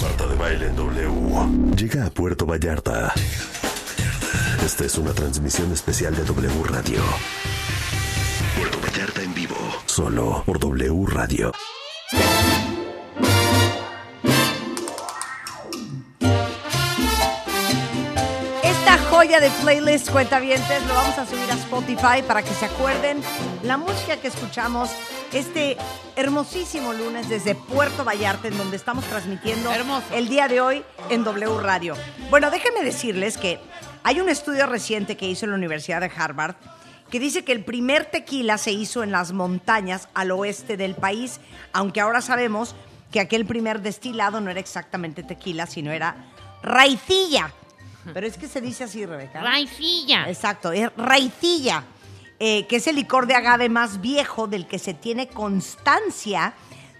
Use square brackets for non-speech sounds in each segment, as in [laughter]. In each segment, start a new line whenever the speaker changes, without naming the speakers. Marta de Baile en W. Llega a Puerto Vallarta. Esta es una transmisión especial de W Radio. Puerto Vallarta en vivo. Solo por W Radio.
Esta joya de playlist cuentavientes lo vamos a subir a Spotify para que se acuerden la música que escuchamos este hermosísimo lunes desde Puerto Vallarta, en donde estamos transmitiendo
Hermoso.
el día de hoy en W Radio. Bueno, déjenme decirles que hay un estudio reciente que hizo la Universidad de Harvard que dice que el primer tequila se hizo en las montañas al oeste del país, aunque ahora sabemos que aquel primer destilado no era exactamente tequila, sino era raicilla. Pero es que se dice así, Rebeca.
Raicilla.
Exacto, es raicilla, eh, que es el licor de agave más viejo del que se tiene constancia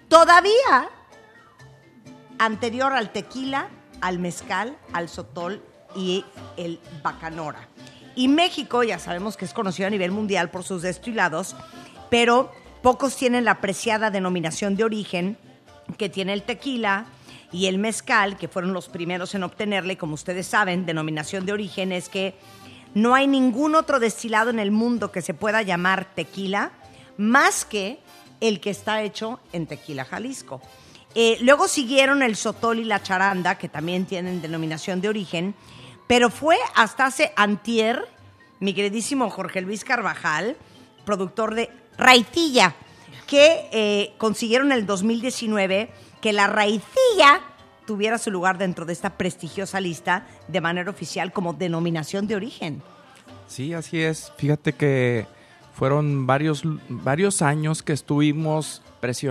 todavía anterior al tequila, al mezcal, al sotol y el bacanora. Y México, ya sabemos que es conocido a nivel mundial por sus destilados, pero pocos tienen la apreciada denominación de origen que tiene el tequila y el mezcal, que fueron los primeros en obtenerle. Como ustedes saben, denominación de origen es que no hay ningún otro destilado en el mundo que se pueda llamar tequila más que el que está hecho en Tequila, Jalisco. Eh, luego siguieron el sotol y la charanda, que también tienen denominación de origen, pero fue hasta hace antier, mi queridísimo Jorge Luis Carvajal, productor de Raitilla, que eh, consiguieron en el 2019 que la Raitilla tuviera su lugar dentro de esta prestigiosa lista de manera oficial como denominación de origen.
Sí, así es. Fíjate que fueron varios, varios años que estuvimos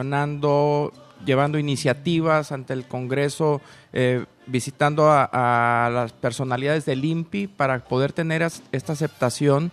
presionando, llevando iniciativas ante el Congreso, eh, visitando a, a las personalidades del INPI para poder tener as- esta aceptación.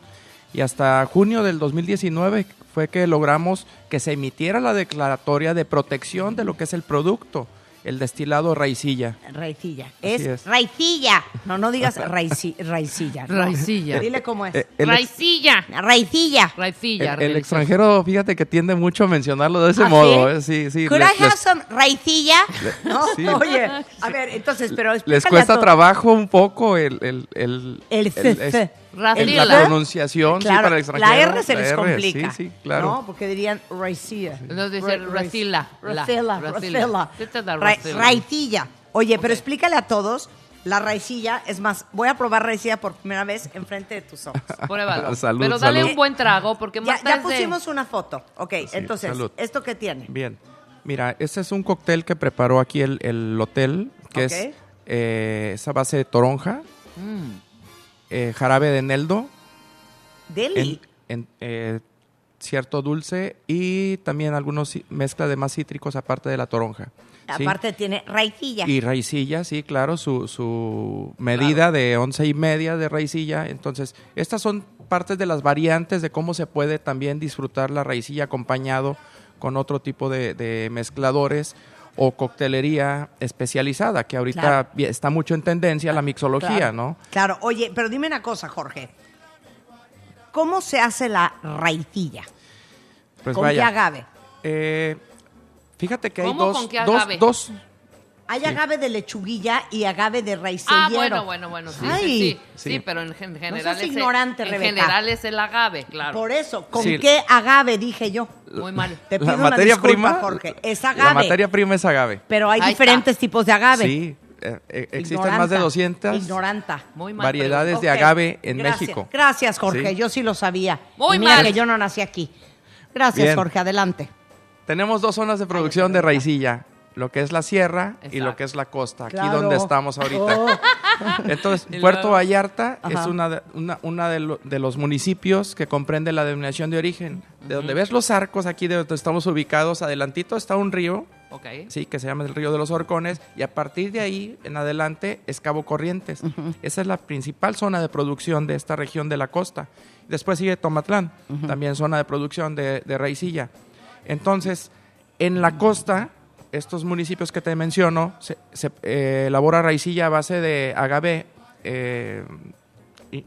Y hasta junio del 2019 fue que logramos que se emitiera la declaratoria de protección de lo que es el producto, el destilado raicilla.
Raicilla.
Así
Es,
es.
raicilla. No, no digas raici- raicilla. ¿no?
Raicilla.
Dile cómo es.
Eh, el ex-
Raicilla.
Raicilla.
Raicilla.
El, el
Argelia.
extranjero, fíjate que tiende mucho a mencionarlo de ese
¿Ah,
modo.
sí?
¿eh? Sí, sí.
Could
les-
I have
les-
some raicilla? ¿No?
[laughs] sí.
Oye, a ver, entonces, pero explícale
les
a
cuesta
to-
trabajo un poco el, el, el,
El CC.
el- la
Racila.
pronunciación sí,
Claro,
para el extranjero.
La R se les
R,
complica.
Sí, sí, claro.
¿No? Porque dirían raicilla.
No, dice
Ra-
racila, la,
Racila.
racila.
Racila.
Esta es la
Ra-
racila.
Raicilla. Oye, pero explícale a todos la raicilla. Es más, voy a probar raicilla por primera vez enfrente de tus ojos.
Pruébalo.
[laughs] Salud,
Pero dale
salud.
un buen trago porque
Ya,
más
ya pusimos una foto. Ok, entonces,
salud.
¿esto qué tiene?
Bien. Mira, este es un cóctel que preparó aquí el, el hotel, que
Ok. Mm.
es eh, esa base de toronja, eh, jarabe de eneldo, en,
Deli.
en- eh, cierto dulce y también algunos ci- mezcla de más cítricos aparte de la toronja. ¿sí?
Aparte tiene raicilla.
Y raicilla, sí, claro, su, su medida de once y media de raicilla. Entonces, estas son partes de las variantes de cómo se puede también disfrutar la raicilla acompañado con otro tipo de, de mezcladores o coctelería especializada, que ahorita
Claro.
vi- está mucho en tendencia la mixología,
Claro.
¿no?
Claro, oye, pero dime una cosa, Jorge. ¿Cómo se hace la raicilla?
Pues
¿Con qué
vaya.
agave?
eh, fíjate que hay
¿Cómo
dos,
con qué
dos,
agave?
dos-
Hay agave de lechuguilla y agave de raicillero.
Ah, bueno, bueno, bueno. Sí, sí,
Ay,
sí, sí,
Sí.
pero en, gen- general.
seas
es el-
ignorante,
En
Rebeca.
general es el agave, claro.
Por eso, ¿con
Sí.
qué agave dije yo?
Muy mal.
[laughs] Te pido
la
una
materia
disculpa,
prima.
Jorge. Es
La
agave.
materia prima es agave.
Pero hay
Ahí
diferentes tipos de agave.
Sí, eh, eh, existen
Ignoranta,
más de 200
Ignoranta.
Muy mal.
variedades de
Ok,
agave en
gracias.
México.
Gracias, Jorge.
Sí.
Yo sí lo sabía.
Muy
Y mira
mal.
que yo no nací aquí. Gracias,
Bien.
Jorge. Adelante.
Tenemos dos zonas de producción de raicilla, lo que es la sierra y lo
Exacto.
que es la costa, aquí
Claro.
donde estamos ahorita.
Oh.
[laughs] Entonces,
Y
Puerto
luego-
Vallarta es
Ajá.
una de, una, una de, lo- de los municipios que comprende la denominación de origen. De donde ves los arcos aquí de donde estamos ubicados, adelantito está un río,
Ok.
sí, que se llama el río de los Orcones, y a partir de ahí en adelante es Cabo Corrientes. Esa es la principal zona de producción de esta región de la costa. Después sigue Tomatlán, también zona de producción de, de raicilla. Entonces, en la costa, estos municipios que te menciono, se, se, eh, elabora raicilla a base de agave. eh, y-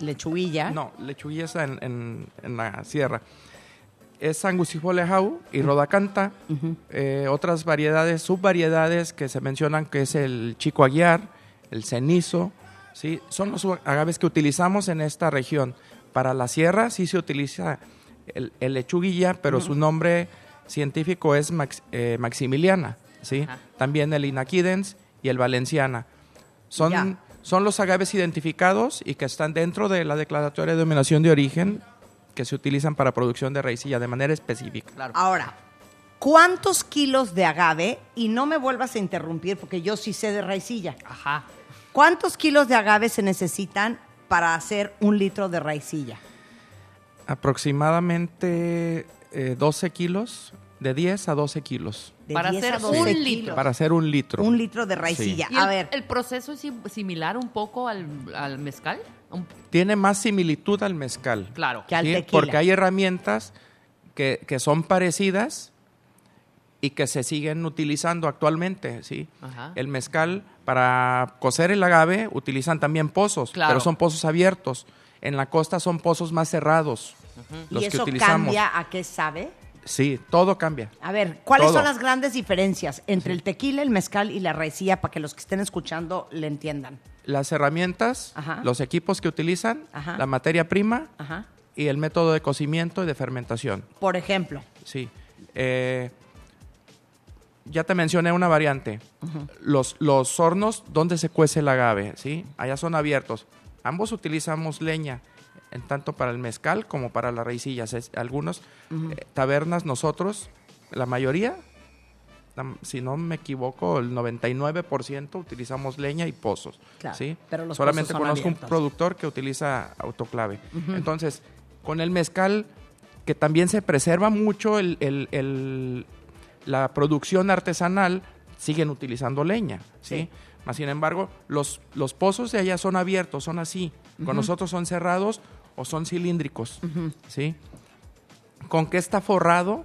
Lechuguilla.
no, lechuguilla está en, en- en la sierra. es angustifolejau y rodacanta. Eh, otras variedades, subvariedades que se mencionan que es el chico aguiar, el cenizo, ¿sí? Son los agaves que utilizamos en esta región. Para la sierra sí se utiliza el, el lechuguilla, pero su nombre científico es max- eh, maximiliana, ¿sí?
Ajá.
También el inaquidens y el valenciana. Son,
Ya.
son los agaves identificados y que están dentro de la declaratoria de dominación de origen que se utilizan para producción de raicilla de manera específica.
Claro.
Ahora, ¿cuántos kilos de agave? Y no me vuelvas a interrumpir porque yo sí sé de raicilla.
Ajá.
¿Cuántos kilos de agave se necesitan para hacer un litro de raicilla?
Aproximadamente eh, 12 kilos, de 10 a 12 kilos,
De
Para
10 a
hacer
12
un
kilos.
litro.
para hacer un litro.
Un litro de raicilla.
¿Y
A
el,
ver,
¿El proceso es sim- similar un poco al, al mezcal? Un-
Tiene más similitud al mezcal.
claro.
Que al
Sí,
tequila.
Porque hay herramientas que, que son parecidas y que se siguen utilizando actualmente, ¿sí?
Ajá.
El mezcal, para cocer el agave, utilizan también pozos,
Claro.
pero son pozos abiertos. En la costa son pozos más cerrados, los
¿y
que
eso
utilizamos.
cambia a qué sabe?
Sí, todo cambia.
A ver, ¿cuáles
Todo.
son las grandes diferencias entre el tequila, el mezcal y la raicilla para que los que estén escuchando le entiendan?
Las herramientas,
Ajá.
los equipos que utilizan,
Ajá. Ah.
la materia prima
Ajá.
y el método de cocimiento y de fermentación.
Por ejemplo,
Sí. Eh, ya te mencioné una variante. los, los hornos donde se cuece el agave, ¿sí? Allá son abiertos. Ambos utilizamos leña, en tanto para el mezcal como para las raicillas. Es- algunos eh, tabernas, nosotros, la mayoría, la- si no me equivoco, el 99% utilizamos leña y pozos.
Claro,
¿sí?
pero los
Solamente
pozos son
conozco un
abiertos.
productor que utiliza autoclave. Entonces, con el mezcal, que también se preserva mucho el- el- el- la producción artesanal, siguen utilizando leña. ¿sí?
Sí.
Mas, sin embargo, los, los pozos de allá son abiertos, son así. Con nosotros son cerrados o son cilíndricos. ¿sí? ¿Con qué está forrado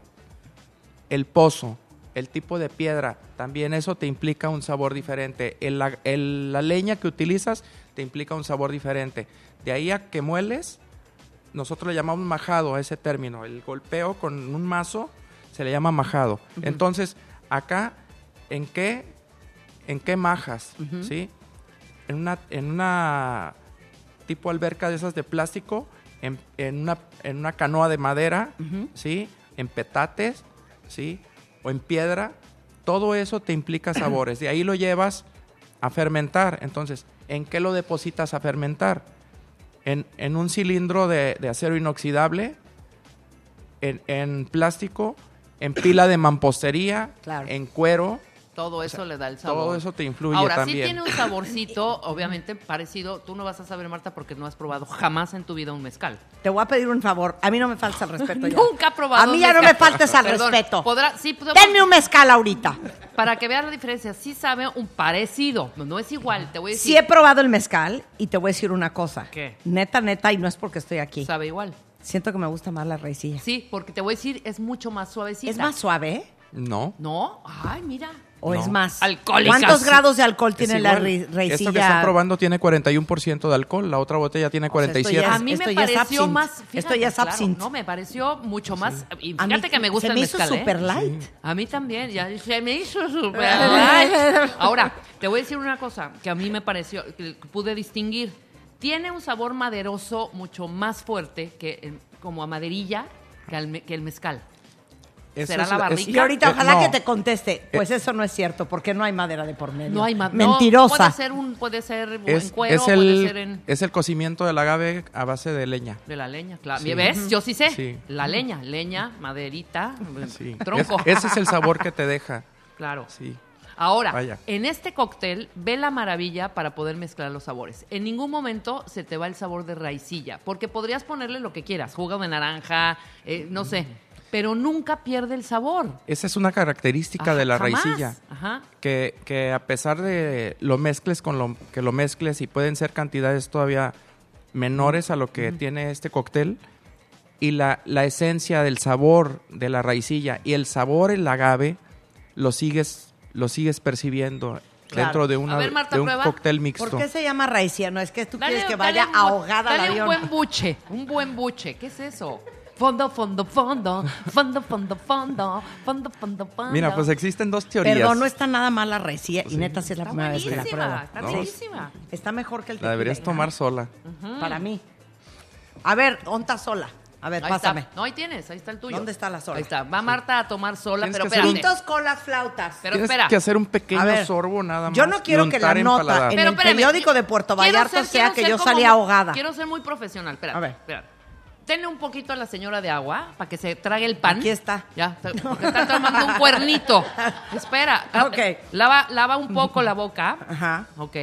el pozo? El tipo de piedra, también eso te implica un sabor diferente. El- la, el- la leña que utilizas te implica un sabor diferente. De ahí a que mueles, nosotros le llamamos majado a ese término. El golpeo con un mazo se le llama majado. Entonces, acá, ¿en qué, en qué majas? ¿Sí? En una, en una tipo alberca de esas de plástico, en, en una, en una canoa de madera, ¿sí? En petates, ¿sí? O en piedra. Todo eso te implica sabores. De ahí lo llevas a fermentar. Entonces, ¿en qué lo depositas a fermentar? En, en un cilindro de, de acero inoxidable, en, en plástico, en pila de mampostería,
Claro.
en cuero.
Todo eso le da el sabor.
todo eso te influye
Ahora, sí
también.
tiene un saborcito, obviamente, parecido. Tú no vas a saber, Marta, porque no has probado jamás en tu vida un mezcal.
te voy a pedir un favor. A mí no me falta el
[laughs]
respeto. ya.
Nunca he probado
A mí
un
ya no me
mezcal.
faltes al
Perdón,
respeto.
podrá- sí, podemos-
Denme un mezcal ahorita.
Para que veas la diferencia, sí sabe un parecido. No es igual, te voy a decir.
Sí he probado el mezcal y te voy a decir una cosa.
Pues ¿Qué?
Neta, neta, y no es porque estoy aquí.
Sabe igual.
Siento que me gusta más la raicilla.
Sí, porque te voy a decir, es mucho más suavecita.
¿Es más suave
No.
¿No? Ay, mira.
o
No.
es más?
Alcohólica.
¿Cuántos grados de alcohol
Es
tiene la
igual.
ri- raicilla?
Esto que están probando tiene 41% de alcohol, la otra botella tiene
sea, esto ya
47.
es-
A mí
esto
me
ya es
pareció
absinthe.
más.
Esto ya es
claro,
absinthe.
no, me pareció mucho más. Y
A mí
fíjate que me gusta
se
el
me
mezcal.
hizo
¿eh?
super light.
A mí también, ya se me hizo super light. Ahora, te voy a decir una cosa que a mí me pareció, que pude distinguir. Tiene un sabor maderoso mucho más fuerte que el- como a maderilla que, al me- que el mezcal.
Eso
¿Será
es
la
es-
barrica?
Y ahorita
Eh,
ojalá
no.
que te conteste. Pues eso no es cierto, porque no hay madera de por medio.
No hay maderilla.
Mentirosa.
puede ser un, puede ser en
Es,
cuero,
es el,
puede ser en
es el cocimiento del agave a base de leña.
de la leña, claro.
Sí.
¿Ves? Yo sí sé.
Sí.
La leña, leña, maderita,
Sí.
tronco.
Es- ese es el sabor que te deja.
Claro.
Sí.
Ahora,
Vaya.
en este cóctel, ve la maravilla para poder mezclar los sabores. En ningún momento se te va el sabor de raicilla, porque podrías ponerle lo que quieras, jugo de naranja, eh, no sé, pero nunca pierde el sabor.
Esa es una característica
Ajá,
de la
jamás.
raicilla.
Ajá.
Que, que a pesar de lo mezcles con lo que lo mezcles y pueden ser cantidades todavía menores a lo que tiene este cóctel, y la, la esencia del sabor de la raicilla y el sabor el agave lo sigues, lo sigues percibiendo
Claro.
dentro de, una,
A ver, Marta,
de un
prueba.
cóctel mixto.
¿Por qué se llama raicilla? No, es que tú
Dale-
quieres que
dale
vaya
un bu-
ahogada al
dale
avión.
un buen buche, un buen buche. ¿Qué es eso? Fondo, fondo, fondo. Fondo, fondo, fondo. Fondo, fondo, fondo.
Mira, pues existen dos teorías. Pues
Perdón, no está nada mala Reci, eh, y neta, sí es la
Está
primera vez que la
buenísima,
pruebo.
está
No, pues-
riquísima.
Está mejor que el
La deberías
tequila,
tomar sola.
hija, Para mí. A ver, onta sola. A ver,
Ahí
pásame.
está. No, ahí tienes, ahí está el tuyo.
¿Dónde está la sola?
Ahí está. Va Marta a tomar sola,
Tienes
pero
que hacer un-
espérate.
Pintos, colas, flautas.
Pero
Tienes
espera.
que hacer un pequeño
A ver,
sorbo nada más.
yo no quiero
y
que la
untar en
nota
paladar.
en
Pero
el
espérame,
periódico de Puerto
quiero
Vallarta
ser-
sea
quiero
que
ser
yo
como-
salí ahogada.
Quiero ser muy profesional. Espera,
A ver.
espera. Tenle un poquito a la señora de agua para que se trague el pan.
Aquí está.
Ya,
[laughs]
está- porque está tomando un cuernito. Espera. Ah,
Ok.
Lava, lava un poco la boca.
Ajá.
Ok.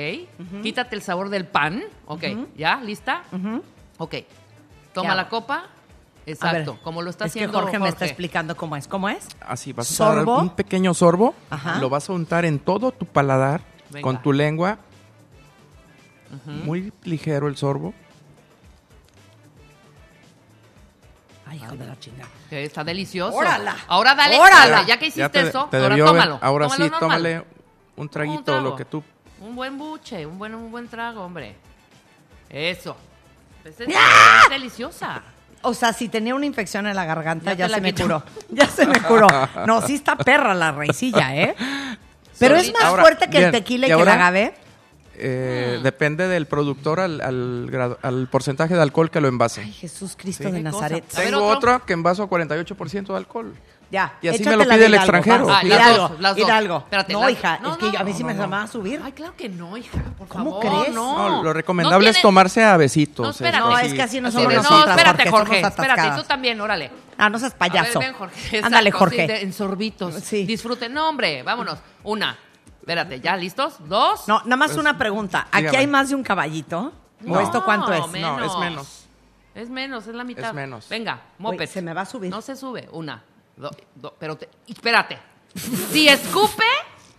Quítate el sabor del pan. Ok. ¿Ya? ¿Lista? Ok. Toma
Ya.
la copa.
A ver,
Exacto. como lo está
es
haciendo
que Jorge, me está explicando cómo es. ¿Cómo es?
Así vas a dar
Sorbo.
un pequeño sorbo,
Ajá.
lo vas a untar en todo tu paladar
Venga.
con tu lengua. Muy ligero el sorbo.
Ay, hijo de la chingada.
Que Está delicioso.
Órala.
Ahora dale.
Órala.
dale, Ya que hiciste
Ya te-
eso,
te
ahora
debió haber-
tómalo.
Ahora
Tómalo
sí,
normal.
tómale un traguito,
trago.
lo que tú.
Un buen buche, un buen, un buen trago, hombre. Eso. Pues es-
¡Ah!
es deliciosa.
O sea, si tenía una infección en la garganta,
Ya
ya,
te la
se me
quitó.
curó. [laughs] Ya se me curó. No, sí está perra la raicilla,
[laughs]
¿eh? Pero es
Solita.
más
Ahora,
fuerte que el
bien,
tequila y
¿y
que el
ahora?
agave.
eh,
Mm.
Depende del productor al, al grado- al porcentaje de alcohol que lo envase.
Ay, Jesús Cristo
Sí.
de
Qué
Nazaret.
cosa. A ver,
Tengo
otro.
otra que envaso a 48% de alcohol.
Ya,
Y así
échatela
me lo pide
de
el
Hidalgo,
extranjero.
vas,
Ah, las
Hidalgo,
dos, las dos.
Hidalgo.
Espérate,
no,
las-
hija,
no,
es que
no,
a mí sí
no,
me
no.
va a subir.
Ay, claro que no, hija, por
¿Cómo
favor.
crees?
Oh, No,
No, lo recomendable es
tiene-
tomarse a besitos. este,
No, espérate.
No,
Sí.
es que así no
así
Sí,
somos
de-
no,
nosotras, porque
espérate, Jorge.
somos
Espérate,
atascadas.
tú también, órale.
Ah, no seas
A ver,
payaso.
ven, Jorge. [laughs]
Ándale,
Exacto, sí,
Jorge.
de- en sorbitos.
Sí.
Disfruten. No, hombre, vámonos. Una. Espérate, ¿ya listos? Dos.
No, nada más una pregunta. ¿Aquí
Pues, dígame.
hay más de un caballito? ¿O
No.
esto cuánto es?
me- No, es menos.
Es menos, es la mitad.
Es menos.
Venga,
Uy,
moped.
se me va a subir.
No se sube. Una, dos, pero te- espérate. Si escupe,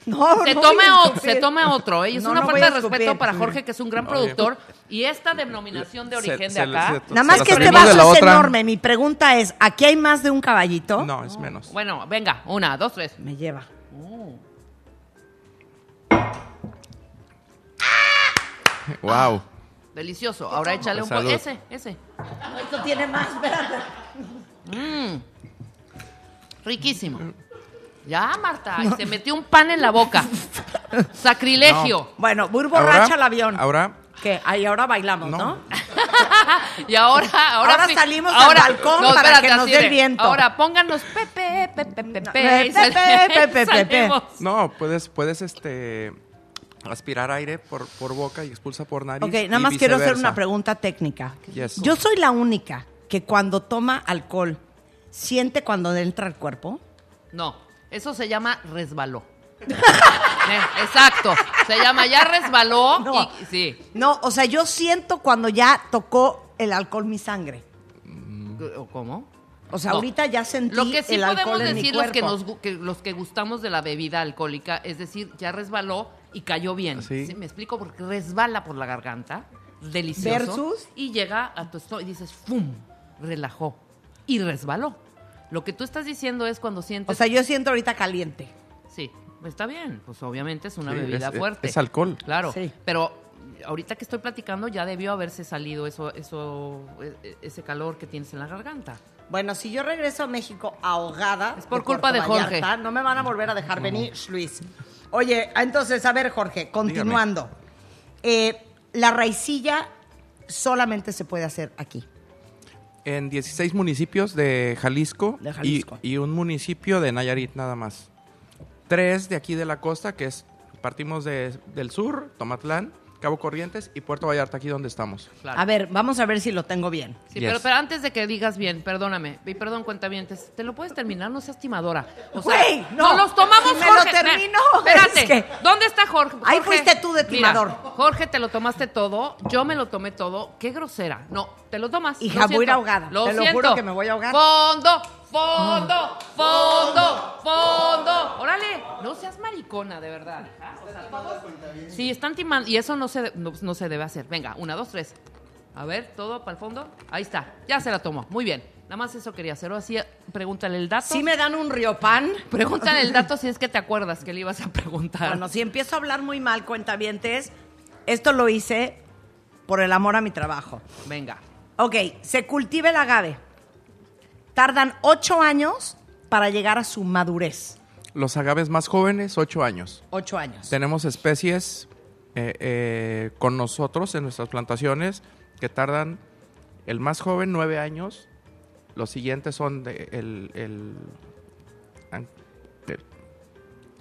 No,
se,
no voy
tome
a
o-
escupir.
se tome otro. ¿eh? Y Es
No,
una
no voy
falta
a
de
escupir.
respeto para Jorge, que es un gran
No,
productor. Y esta denominación de
Se-
origen
se-
de acá.
se-
Nada
se
más
las
que este
aprendimos
vaso
de
es
la otra.
enorme. Mi pregunta es, ¿aquí hay más de un caballito?
No, es menos.
Bueno, venga, una, dos, tres.
Me lleva.
Wow.
Delicioso. Ahora échale un poco.
Salud.
Ese, ese.
Esto tiene más, espérate.
[laughs]
Riquísimo. Ya, Marta, y se metió un pan en la boca. Sacrilegio.
Bueno, voy borracha
Ahora-
al avión.
Ahora,
¿Qué? Ahí ahora bailamos, ¿no?
No.
Y ahora, ahora,
Ahora
sí-
salimos al balcón para que nos
así
dé el
de,
viento.
Ahora pónganos Pepe, Pepe, Pepe,
Pepe,
y sal-
Pepe, Pepe,
salimos.
no, puedes, puedes este, aspirar aire por, por boca y expulsa por nariz.
Ok, nada
y
más quiero hacer
viceversa.
una pregunta técnica.
Yes.
Yo soy la única que cuando toma alcohol siente cuando entra al cuerpo.
No, eso se llama resbaló. [laughs] Eh, Exacto, se llama ya resbaló
No.
y sí.
No, o sea, yo siento cuando ya tocó el alcohol mi sangre.
¿O ¿Cómo?
O sea,
No.
ahorita ya sentí
Lo que sí
el alcohol
podemos
en mi
decir los que,
cuerpo.
nos, gu- que- los que gustamos de la bebida alcohólica, es decir, ya resbaló y cayó bien.
Ah, Sí.
¿Sí? Me explico porque resbala por la garganta, delicioso.
Versus.
Y llega a tu estómago y dices, ¡fum! Relajó y resbaló. Lo que tú estás diciendo es cuando
O
sientes...
sea, yo siento ahorita caliente.
sí, está bien. Pues obviamente es una
Sí,
bebida
es- es-
fuerte.
es alcohol.
Claro.
Sí.
Pero ahorita que estoy platicando ya debió haberse salido eso, eso, e- e- ese calor que tienes en la garganta.
Bueno, si yo regreso a México ahogada.
Es por
de
culpa
Puerto
de Jorge.
Vallarta, no me van a volver a dejar venir, Luis. Oye, entonces, a ver, Jorge, continuando. Eh, la raicilla solamente se puede hacer aquí.
En 16 municipios de Jalisco,
De Jalisco.
Y, y un municipio de Nayarit nada más. Tres de aquí de la costa, que es, partimos de- del sur, Tomatlán, Cabo Corrientes y Puerto Vallarta, aquí donde estamos.
Claro.
A ver, vamos a ver si lo tengo bien.
Sí,
Yes.
pero, pero antes de que digas bien, perdóname. Y perdón, cuentavientes. ¿Te lo puedes terminar? No seas timadora. O sea,
Güey, no.
los
Si
tomamos,
me lo
Jorge. Espera,
termino,
Espérate.
es que-
¿Dónde está Jorge?
Ahí
Jorge,
fuiste tú de
mira,
timador.
Jorge, te lo tomaste todo. Yo me lo tomé todo. Qué grosera. No, te lo tomas.
Hija,
Lo
voy a ir
siento.
ahogada. Te lo
siento.
juro que me voy a ahogar.
Fondo, fondo, fondo, fondo. Órale, no seas maricona, de verdad. hija. O sea, todos- Sí, están timando. Y eso no se, de- no, no se debe hacer. Venga, una, dos, tres. A ver, todo para el fondo. Ahí está. Ya se la tomó. Muy bien. Nada más eso quería hacer. Ahora sí, pregúntale el dato.
Si me dan un riopan. [laughs]
Pregúntale el dato si es que te acuerdas que le ibas a preguntar.
Bueno, si empiezo a hablar muy mal, cuentavientes, esto lo hice por el amor a mi trabajo.
Venga.
Ok, se cultiva el agave. tardan ocho años para llegar a su madurez.
Los agaves más jóvenes, 8 años.
Ocho años.
Tenemos especies eh, eh, con nosotros en nuestras plantaciones que tardan el más joven 9 años. Los siguientes son de- el, el, an- el-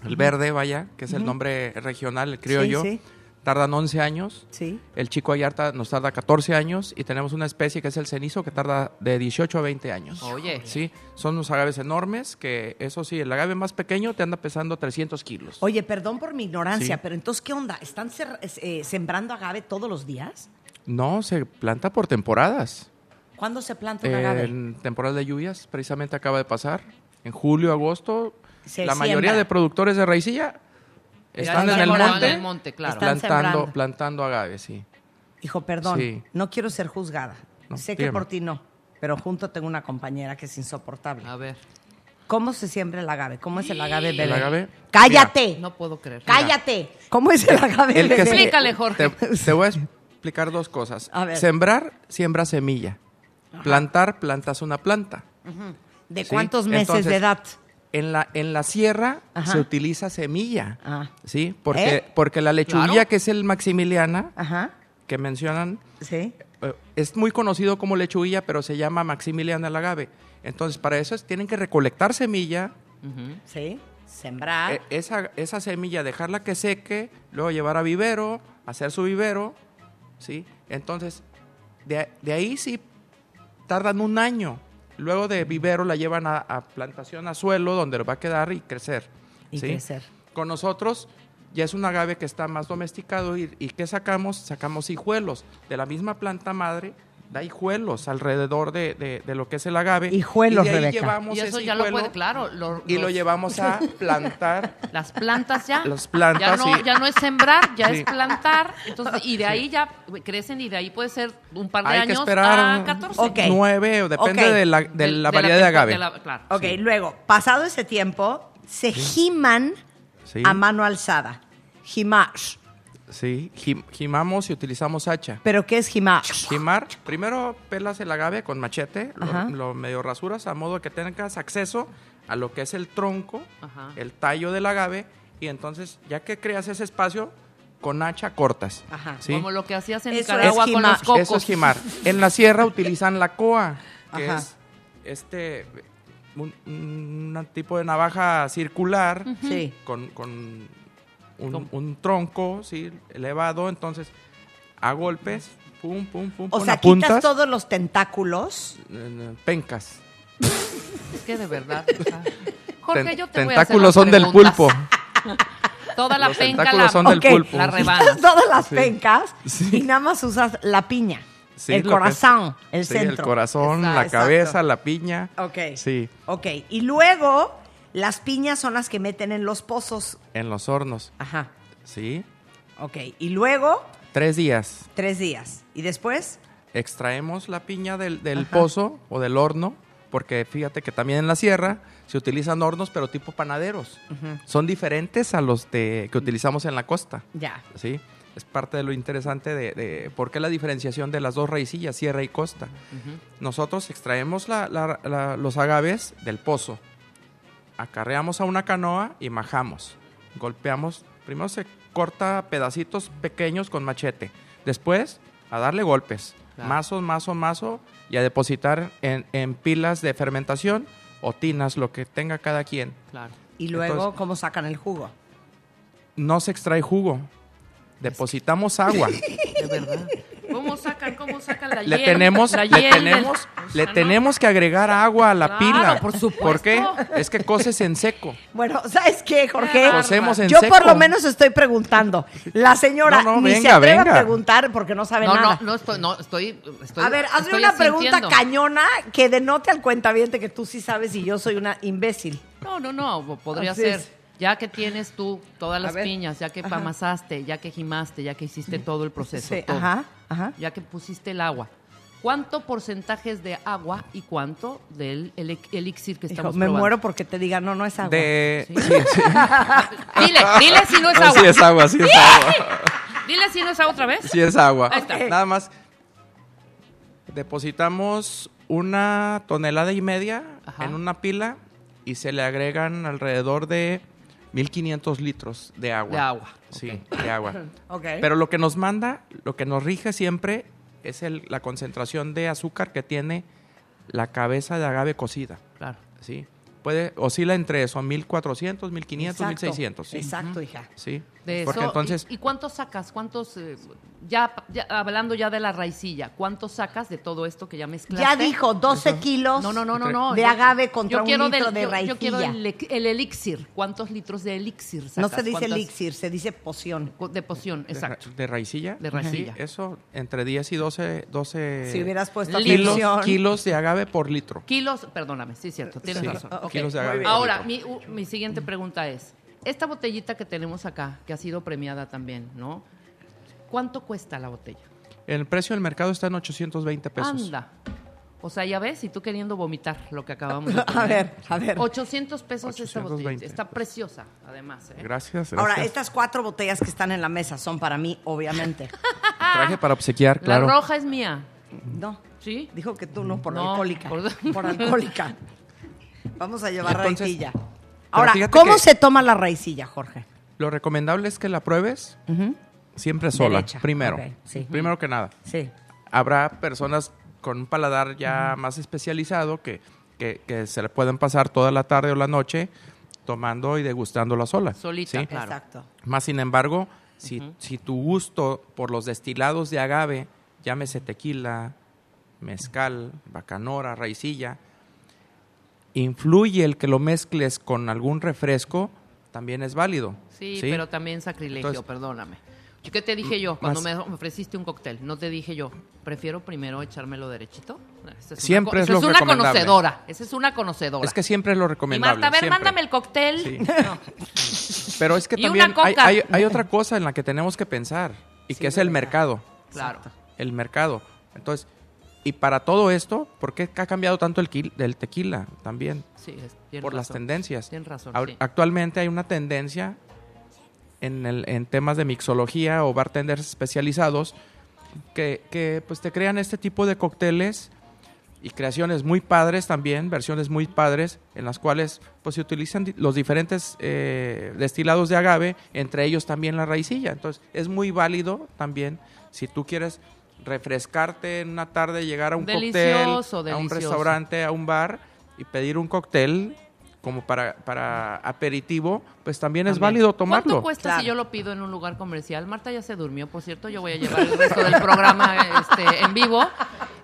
el verde, vaya, que es el nombre regional, el criollo.
sí.
Tardan 11 años.
Sí.
El chico Ayarta nos tarda 14 años y tenemos una especie que es el cenizo que tarda de 18 a 20 años.
Oye.
Sí, son unos agaves enormes que, eso sí, el agave más pequeño te anda pesando 300 kilos.
Oye, perdón por mi ignorancia,
Sí.
pero entonces, ¿qué onda? ¿Están cer- es- eh, sembrando agave todos los días?
No, se planta por temporadas.
¿Cuándo se planta un agave?
En temporada de lluvias, precisamente acaba de pasar. En julio, agosto,
Se
la
siembra.
mayoría de productores de raicilla están en el
sembrando.
monte,
En el monte, claro.
Están
plantando,
sembrando.
plantando agaves, sí.
Hijo, perdón,
Sí.
no quiero ser juzgada.
No,
sé que
dígame.
por ti no, pero junto tengo una compañera que es insoportable.
A ver,
¿Cómo se siembra el agave? ¿Cómo es el agave bebé?
El agave,
¡Cállate!
no puedo creer.
¡Cállate! ¿Cómo es el agave
El que se-
bebé?
Explícale, Jorge.
Te, te voy a explicar dos cosas.
A ver.
Sembrar, siembra semilla. Plantar, plantas una planta.
¿De
Sí,
cuántos meses
entonces-
de edad?
En la, en la sierra
Ajá.
se utiliza semilla.
Ah.
¿Sí? Porque,
¿Eh?
porque la lechuguilla,
Claro.
que es el maximiliana,
Ajá,
que mencionan,
sí.
eh, es muy conocido como lechuguilla, pero se llama maximiliana el agave. Entonces, para eso es- tienen que recolectar semilla,
Sí, sembrar.
eh, esa, esa semilla, dejarla que seque, luego llevar a vivero, hacer su vivero, ¿sí? Entonces, de, a- de ahí sí tardan un año. Luego de vivero la llevan a, a plantación a suelo, donde va a quedar y crecer.
Y
¿sí?
crecer.
Con nosotros ya es un agave que está más domesticado y, y ¿qué sacamos? Sacamos hijuelos. De la misma planta madre da hijuelos alrededor de, de- de lo que es el agave.
Hijuelos,
y de ahí
Rebeca.
llevamos
Y eso
ese
ya lo
hijuelo
puede, claro. lo-
y lo
los-
llevamos
[laughs]
a plantar
Las plantas ya.
[laughs] Las plantas,
Ya no,
sí.
ya no es sembrar, ya
Sí.
es plantar. Entonces, y de ahí ya crecen y de ahí puede ser un par de
Hay que
años
esperar
a 14.
Ok.
nueve, o depende
Ok.
de la, de
Del- de la
la variedad de,
tempo-
agave.
de la- claro.
ok, luego, pasado ese tiempo, se giman
Sí.
a mano alzada. Jimar.
Sí, jim- jimamos y utilizamos hacha.
¿Pero qué es jimar?
Jimar, primero pelas el agave con machete,
Ajá.
lo, lo medio rasuras a modo que tengas acceso a lo que es el tronco,
Ajá.
el tallo del agave, y entonces ya que creas ese espacio, con hacha cortas.
Ajá.
¿sí?
Como lo que hacías en
Eso
Nicaragua
es
con
jimar.
los cocos.
Eso es jimar. En la sierra utilizan la coa, que
Ajá.
es este un, un tipo de navaja circular
Sí.
con, con un, un tronco sí, elevado, entonces a golpes, pum, pum, pum,
O
pum,
sea,
apuntas,
quitas todos los tentáculos.
eh, pencas.
Es que de verdad. o
[laughs]
sea, Jorge,
Ten-
yo te voy a hacer
tentáculos
las
son del
preguntas. [laughs]
pulpo.
Toda la
Los
penca
tentáculos
la,
son del
Ok.
pulpo.
la
[laughs]
rebanas.
Quitas todas las
Sí.
pencas
Sí.
y nada más usas la piña,
Sí,
el
lo que es-
corazón, el
sí,
centro.
el corazón,
Exacto,
la
exacto.
cabeza, la piña.
Ok.
Sí,
Ok, y luego las piñas son las que meten en los pozos.
en los hornos.
Ajá.
Sí,
Ok, y luego
tres días.
tres días. ¿Y después?
extraemos la piña del, del pozo o del horno, porque fíjate que también en la sierra se utilizan hornos, pero tipo panaderos. Son diferentes a los de, que utilizamos en la costa.
Ya.
¿sí? Es parte de lo interesante de, de por qué la diferenciación de las dos raicillas, sierra y costa. Nosotros extraemos la- la- la- los agaves del pozo, acarreamos a una canoa y majamos. Golpeamos, primero se corta pedacitos pequeños con machete, después a darle golpes,
Claro.
mazo, mazo, mazo, y a depositar en, en pilas de fermentación o tinas, lo que tenga cada quien.
Claro.
Y luego,
Entonces-
¿cómo sacan el jugo?
No se extrae jugo, depositamos agua.
De verdad. ¿Cómo sacan, cómo sacan la
le
hiel?
tenemos,
La
le
hiel del-
tenemos,
o sea,
le
Ah, no.
tenemos que agregar agua a la
Claro,
pila.
por supuesto.
¿Por qué? Es que coces en
[laughs]
seco.
Bueno, [laughs] ¿sabes qué, Jorge?
Claro.
Cocemos en
Yo
seco.
por lo menos estoy preguntando. La señora
No, no,
ni se
venga,
atreve
venga.
a preguntar porque no sabe
No,
nada.
no, no estoy, no, estoy, estoy-
a ver, hazme
estoy
una pregunta
asintiendo.
cañona que denote al cuentaviente que tú sí sabes y yo soy una imbécil.
No, no, no, podría
Así
ser.
es.
Ya que tienes tú todas las
ver.
piñas, ya que amasaste, ya que gimaste, ya que hiciste todo el proceso,
Sí,
todo,
Ajá, ajá.
ya que pusiste el agua. ¿Cuánto porcentaje es de agua y cuánto del el- elixir que
Hijo,
estamos
me
probando?
muero porque te diga, no, no es agua.
De...
Sí. [laughs] Dile, dile si
[laughs]
no es
No,
agua.
sí es agua, sí es
[laughs]
agua.
Dile si no es agua otra vez.
Sí es agua.
Ahí está.
Nada más. Depositamos una tonelada y media
Ajá.
en una pila y se le agregan alrededor de 1500 litros de agua.
De agua,
Sí,
ok.
de agua.
[laughs]
Ok.
Pero lo que nos manda, lo que nos rige siempre es el- la concentración de azúcar que tiene la cabeza de agave cocida.
Claro.
Sí. Puede, oscila entre eso, 1400, 1500,
Exacto,
1600. Sí.
Exacto, hija.
Sí.
De
Porque
eso,
entonces.
¿y, y cuántos sacas? ¿Cuántos? eh, ya, ya hablando ya de la raicilla, ¿cuántos sacas de todo esto que ya mezclaste?
Ya dijo 12 kilos.
No, no, no, no, no.
De
Yo-
agave contra
yo
un
quiero
litro de
yo- Yo quiero
raicilla.
el, e- el elixir. ¿Cuántos litros de elixir sacas?
No se dice
¿Cuántas-
elixir, se dice poción.
cu- De poción, exacto.
De, de raicilla.
De raicilla.
Sí, eso, entre 10 y 12. 12
Si hubieras puesto
Kilos,
atención.
Eh, kilos, kilos de agave por litro.
Kilos, perdóname, sí, cierto, tienes
Sí,
razón. Ok.
kilos de agave.
Ahora, mi, u- mi siguiente pregunta es, esta botellita que tenemos acá, que ha sido premiada también, ¿no? ¿Cuánto cuesta la botella?
El precio del mercado está en 820 pesos.
Anda. O sea, ya ves, y tú queriendo vomitar lo que acabamos
[laughs]
de
A
[laughs]
comer.
ver, a ver.
800 pesos esta botella.
820.
Está preciosa, además. ¿eh?
Gracias, gracias.
Ahora, estas cuatro botellas que están en la mesa son para mí,
[laughs]
obviamente.
Traje para obsequiar, claro.
Ah. La roja es mía.
No.
¿Sí?
Dijo que tú no, por
No,
alcohólica.
por-
[laughs] Por... alcohólica. Vamos a llevar
Entonces,
raicilla.
pero
Ahora,
fíjate
¿cómo
que-
se toma la raicilla, Jorge?
Lo recomendable es que la pruebes siempre sola,
Derecha,
primero.
ok, sí.
Primero que nada.
Sí.
Habrá personas con un paladar ya más especializado que, que, que se le pueden pasar toda la tarde o la noche tomando y degustándola sola.
Solita,
¿sí?
claro.
Exacto.
Más sin embargo, si, si tu gusto por los destilados de agave, llámese tequila, mezcal, bacanora, raicilla, influye el que lo mezcles con algún refresco, también es válido.
Sí, pero también sacrilegio,
Entonces-
perdóname. Yo, ¿Qué te dije yo cuando
Más-
me ofreciste un cóctel? No te dije yo, prefiero primero echármelo derechito. Esa es una,
Siempre
co-
es
esa
lo
es una
recomendable.
conocedora. Esa es una conocedora.
Es que siempre es lo
y
recomendable.
Marta, a ver,
siempre.
mándame el cóctel.
Sí.
No.
Pero es que
Y una
también hay,
coca.
hay- hay otra cosa en la que tenemos que pensar y que es el mercado.
Claro.
El mercado. Entonces, y para todo esto, ¿por qué ha cambiado tanto el, quil- del tequila también?
Sí, es- tienes
por las
razón.
tendencias.
Tienes razón,
Ahor-
sí.
Actualmente hay una tendencia en, el- en temas de mixología o bartenders especializados que, que, pues te crean este tipo de cócteles y creaciones muy padres también, versiones muy padres, en las cuales pues se utilizan di- los diferentes eh, destilados de agave, entre ellos también la raicilla. Entonces es muy válido también si tú quieres refrescarte en una tarde, llegar a un
Delicioso,
cóctel, a un
delicioso.
restaurante, a un bar y pedir un cóctel como para, para aperitivo, pues también, es
También.
válido tomarlo.
¿Cuánto cuesta
Claro.
si yo lo pido en un lugar comercial? Marta ya se durmió, por cierto, yo voy a llevar el resto
[laughs]
del programa este, en vivo.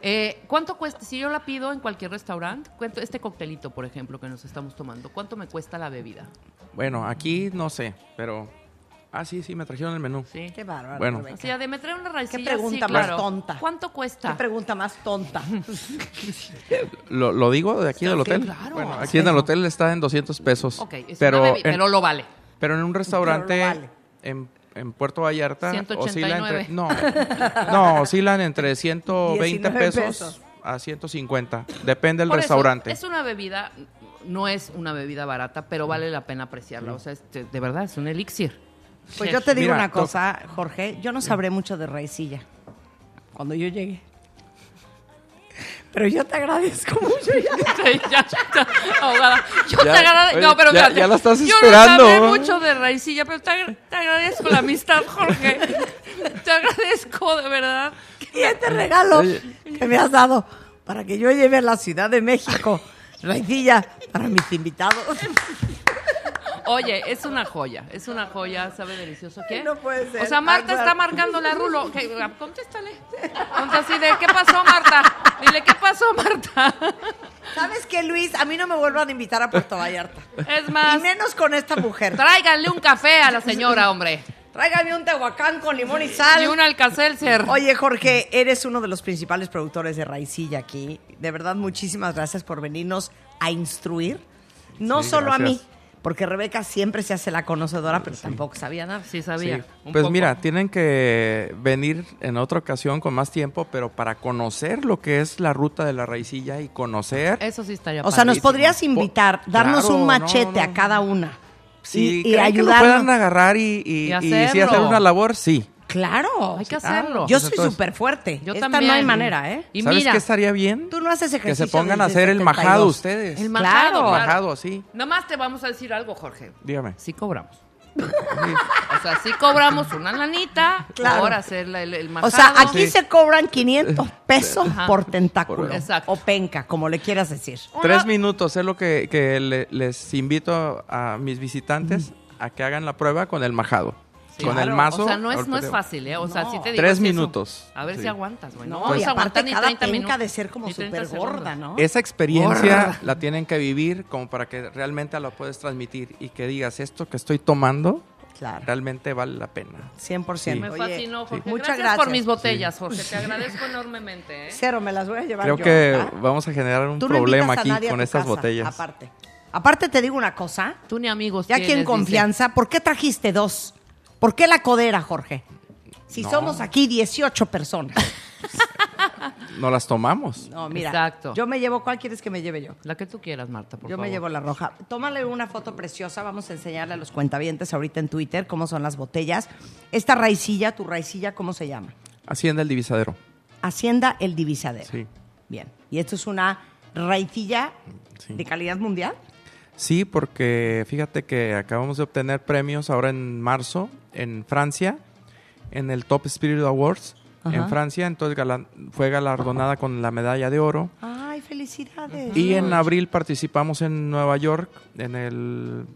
Eh, ¿Cuánto cuesta si yo la pido en cualquier restaurante? ¿Cuánto- Este coctelito, por ejemplo, que nos estamos tomando, ¿cuánto me cuesta la bebida?
Bueno, aquí no sé, pero... Ah, sí, sí, me trajeron el menú.
Sí.
Qué bárbaro.
Bueno.
O
Rebeca.
sea, de me trae una raicilla.
Qué pregunta
sí,
más
claro.
tonta.
¿Cuánto
Qué
cuesta?
pregunta más [laughs] tonta. Pues
¿Lo, lo digo de aquí del hotel?
claro.
Bueno, aquí en el hotel está en 200 pesos.
Ok, es
pero,
una bebi-
en,
pero lo vale.
pero en un restaurante
Pero lo vale.
en, en Puerto Vallarta
189.
oscila entre... No, no, oscilan entre 120
19
pesos,
pesos.
a 150. Depende del
Por eso,
restaurante.
es una bebida, no es una bebida barata, pero vale la pena apreciarla. O sea, este, de verdad, es un elixir.
Pues yo te digo
Mira,
una
to-
cosa, Jorge, yo no sabré mucho de raicilla cuando yo
[laughs]
llegue. Pero yo te agradezco mucho.
[laughs] Sí, ya, ya, ahogada. Yo te
Ya,
agradezco.
oye,
No, pero
ya-
fíjate,
ya la estás
Yo
esperando.
no sabré mucho de raicilla, pero te, agra- te agradezco la amistad, Jorge. Te agradezco, de verdad.
Y este regalo
Oye.
que me has dado para que yo lleve a la Ciudad de México raicilla para mis invitados.
Oye, es una joya, es una joya, sabe delicioso. ¿Qué?
No puede ser.
O sea, Marta
Ay,
está
Marta.
marcando la rulo. Que- Contéstale. Entonces, así de, ¿qué pasó, Marta? Dile, ¿qué pasó, Marta?
¿Sabes qué, Luis? A mí no me vuelvan a invitar a Puerto Vallarta.
Es
Y
más,
menos con esta mujer.
tráiganle un café a la señora, hombre.
Tráigame un tehuacán con limón y
Y
sal.
un alcacelcer.
Oye, Jorge, eres uno de los principales productores de Raicilla aquí. De verdad, muchísimas gracias por venirnos a instruir. No
Sí,
solo a mí,
gracias.
porque Rebeca siempre se hace la conocedora, pero tampoco sabía nada.
Sí,
Sí.
sabía. un
Pues
poco.
mira, tienen que venir en otra ocasión con más tiempo, pero para conocer lo que es la ruta de la raicilla y conocer.
Eso sí estaría
O sea, nos
padrísimo.
podrías invitar,
Po-
darnos
Claro,
un machete
no, no.
a cada una.
si
y, y
creen que lo
ayudarnos.
puedan agarrar y, y-
Y
y sí
hacerlo.
hacer una labor, sí.
Claro.
Hay que hacerlo.
Yo
Pues
soy
entonces-
súper fuerte.
Yo
Esta
también.
no hay manera, ¿eh?
Y
¿Sabes
mira,
qué estaría bien?
Tú no haces
Que
ejercicio.
se pongan a
desde
hacer el
72.
majado ustedes.
el majado.
Claro.
claro.
Majado, sí.
Nada más te vamos a decir algo, Jorge.
Dígame.
Sí cobramos. O sea, sí cobramos una lanita
Claro.
por hacer la- el, el
O
majado.
sea, aquí
Sí.
se cobran 500 pesos
Ajá.
por tentáculo.
Por-
exacto.
O penca, como le quieras decir.
Una-
Tres minutos es lo que, que le- les invito a mis visitantes a que hagan la prueba con el majado.
Sí.
con
Claro.
el mazo.
O sea, no es,
Ahorita
no es
te-
fácil, ¿eh? O sea, sí te digo.
Tres
sí, eso.
minutos.
A ver
Sí.
si aguantas, güey. No,
No,
vas
y
a aguantar
aparte
ni
cada
30
penca
minutos.
de ser como
Ni 30
súper gorda,
segundos.
¿no?
Esa experiencia
Gorda.
la tienen que vivir como para que realmente la puedes transmitir y que digas esto que estoy tomando
Claro,
realmente vale la pena.
100%.
Sí.
Me
Oye,
fascinó, Jorge.
Muchas
gracias,
gracias.
por mis botellas, Jorge.
[laughs]
Te agradezco enormemente, ¿eh?
Cero, me las voy a llevar
Creo
yo,
que
¿ah?
vamos a generar un
Tú no
problema
invitas a
aquí
nadie a
con
tu
estas
casa,
botellas.
Aparte. Aparte te digo una cosa,
Tú ni amigos
ya aquí
tienes,
en
dice.
confianza, ¿por qué trajiste dos? ¿Por qué la codera, Jorge? Si
No.
somos aquí 18 personas.
No las tomamos.
No, mira.
Exacto.
Yo me llevo, ¿cuál quieres que me lleve yo?
La que tú quieras, Marta, por
yo
favor.
me llevo la roja. Tómale una foto preciosa. Vamos a enseñarle a los cuentavientes ahorita en Twitter cómo son las botellas. Esta raicilla, tu raicilla, ¿cómo se llama?
Hacienda el divisadero.
Hacienda el Divisadero.
Sí.
Bien. Y esto es una raicilla
Sí.
de calidad mundial.
Sí, porque fíjate que acabamos de obtener premios ahora en marzo en Francia, en el Top Spirit Awards
Ajá.
en Francia. Entonces gala- fue galardonada con la medalla de oro.
Ay, felicidades.
Y en abril participamos en Nueva York, en el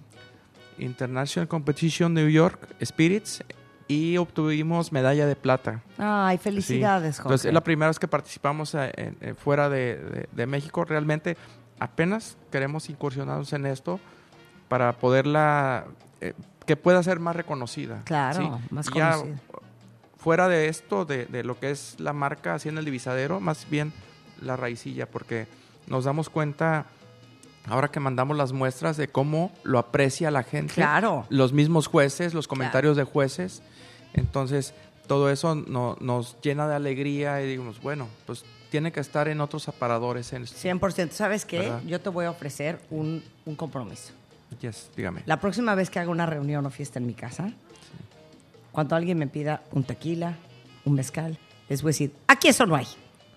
International Competition New York Spirits, y obtuvimos medalla de plata.
Ay,
Sí.
felicidades, Jorge.
Entonces, es la primera vez que participamos eh, en- en- fuera de, de- de México. Realmente apenas queremos incursionarnos en esto para poderla, eh, que pueda ser más reconocida.
Claro, más
Y ya
conocida.
Fuera de esto, de, de lo que es la marca así en el divisadero, más bien la raicilla, porque nos damos cuenta ahora que mandamos las muestras de cómo lo aprecia la gente.
Claro.
Los mismos jueces, los comentarios de jueces. Entonces, todo eso no- nos llena de alegría y digamos, bueno, pues tiene que estar en otros aparadores. En,
100%. ¿Sabes qué?
¿Verdad?
Yo te voy a ofrecer un, un compromiso.
Yes, dígame.
La próxima vez que haga una reunión o fiesta en mi casa, cuando alguien me pida un tequila, un mezcal, les voy a decir, aquí eso no hay.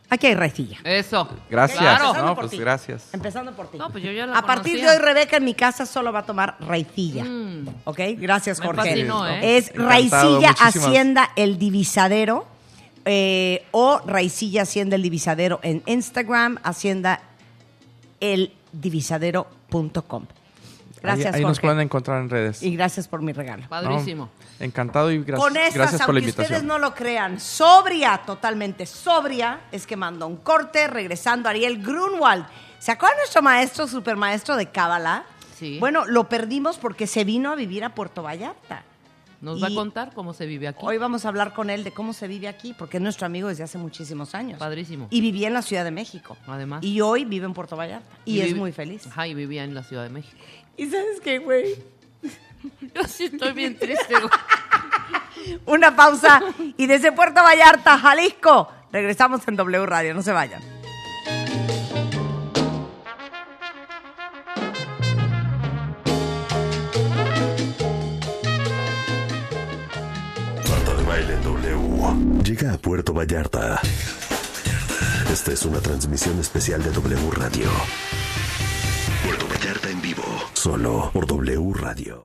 Aquí hay raicilla.
Eso.
Gracias.
Claro.
Empezando
No,
por
pues
ti.
gracias.
Empezando por ti.
No, pues yo ya la
a partir de
conocía.
hoy, Rebeca en mi casa solo va a tomar raicilla.
Mm.
¿Ok? Gracias,
Me
Jorge.
fascinó, ¿eh?
Es
Encantado,
raicilla
muchísimas-
Hacienda el Divisadero eh, o raicilla Hacienda el Divisadero en Instagram, Hacienda el Divisadero.com. Gracias,
ahí ahí nos
Jorge.
pueden encontrar en redes.
Y gracias por mi regalo.
No,
Padrísimo.
encantado y gracias,
Con estas,
gracias por la
aunque
invitación.
ustedes no lo crean, sobria, totalmente sobria, es que mandó un corte regresando Ariel Grunwald. ¿Se acuerdan nuestro maestro, supermaestro de Cábala?
Sí.
Bueno, lo perdimos porque se vino a vivir a Puerto Vallarta.
Nos va a
Y
contar cómo se vive aquí.
Hoy vamos a hablar con él de cómo se vive aquí, porque es nuestro amigo desde hace muchísimos años.
Padrísimo.
Y vivía en la Ciudad de México.
Además.
Y hoy vive en Puerto Vallarta. Y, es
vivi-
muy feliz.
Ajá, y vivía en la Ciudad
[laughs]
de México.
¿Y sabes qué, güey?
Yo sí estoy bien triste, güey.
Una pausa. y desde Puerto Vallarta, Jalisco, regresamos en W Radio. No se vayan.
Marta de Baile W. Llega a Puerto Vallarta. Esta es una transmisión especial de W Radio. Puerto Vallarta en vivo. Solo por W Radio.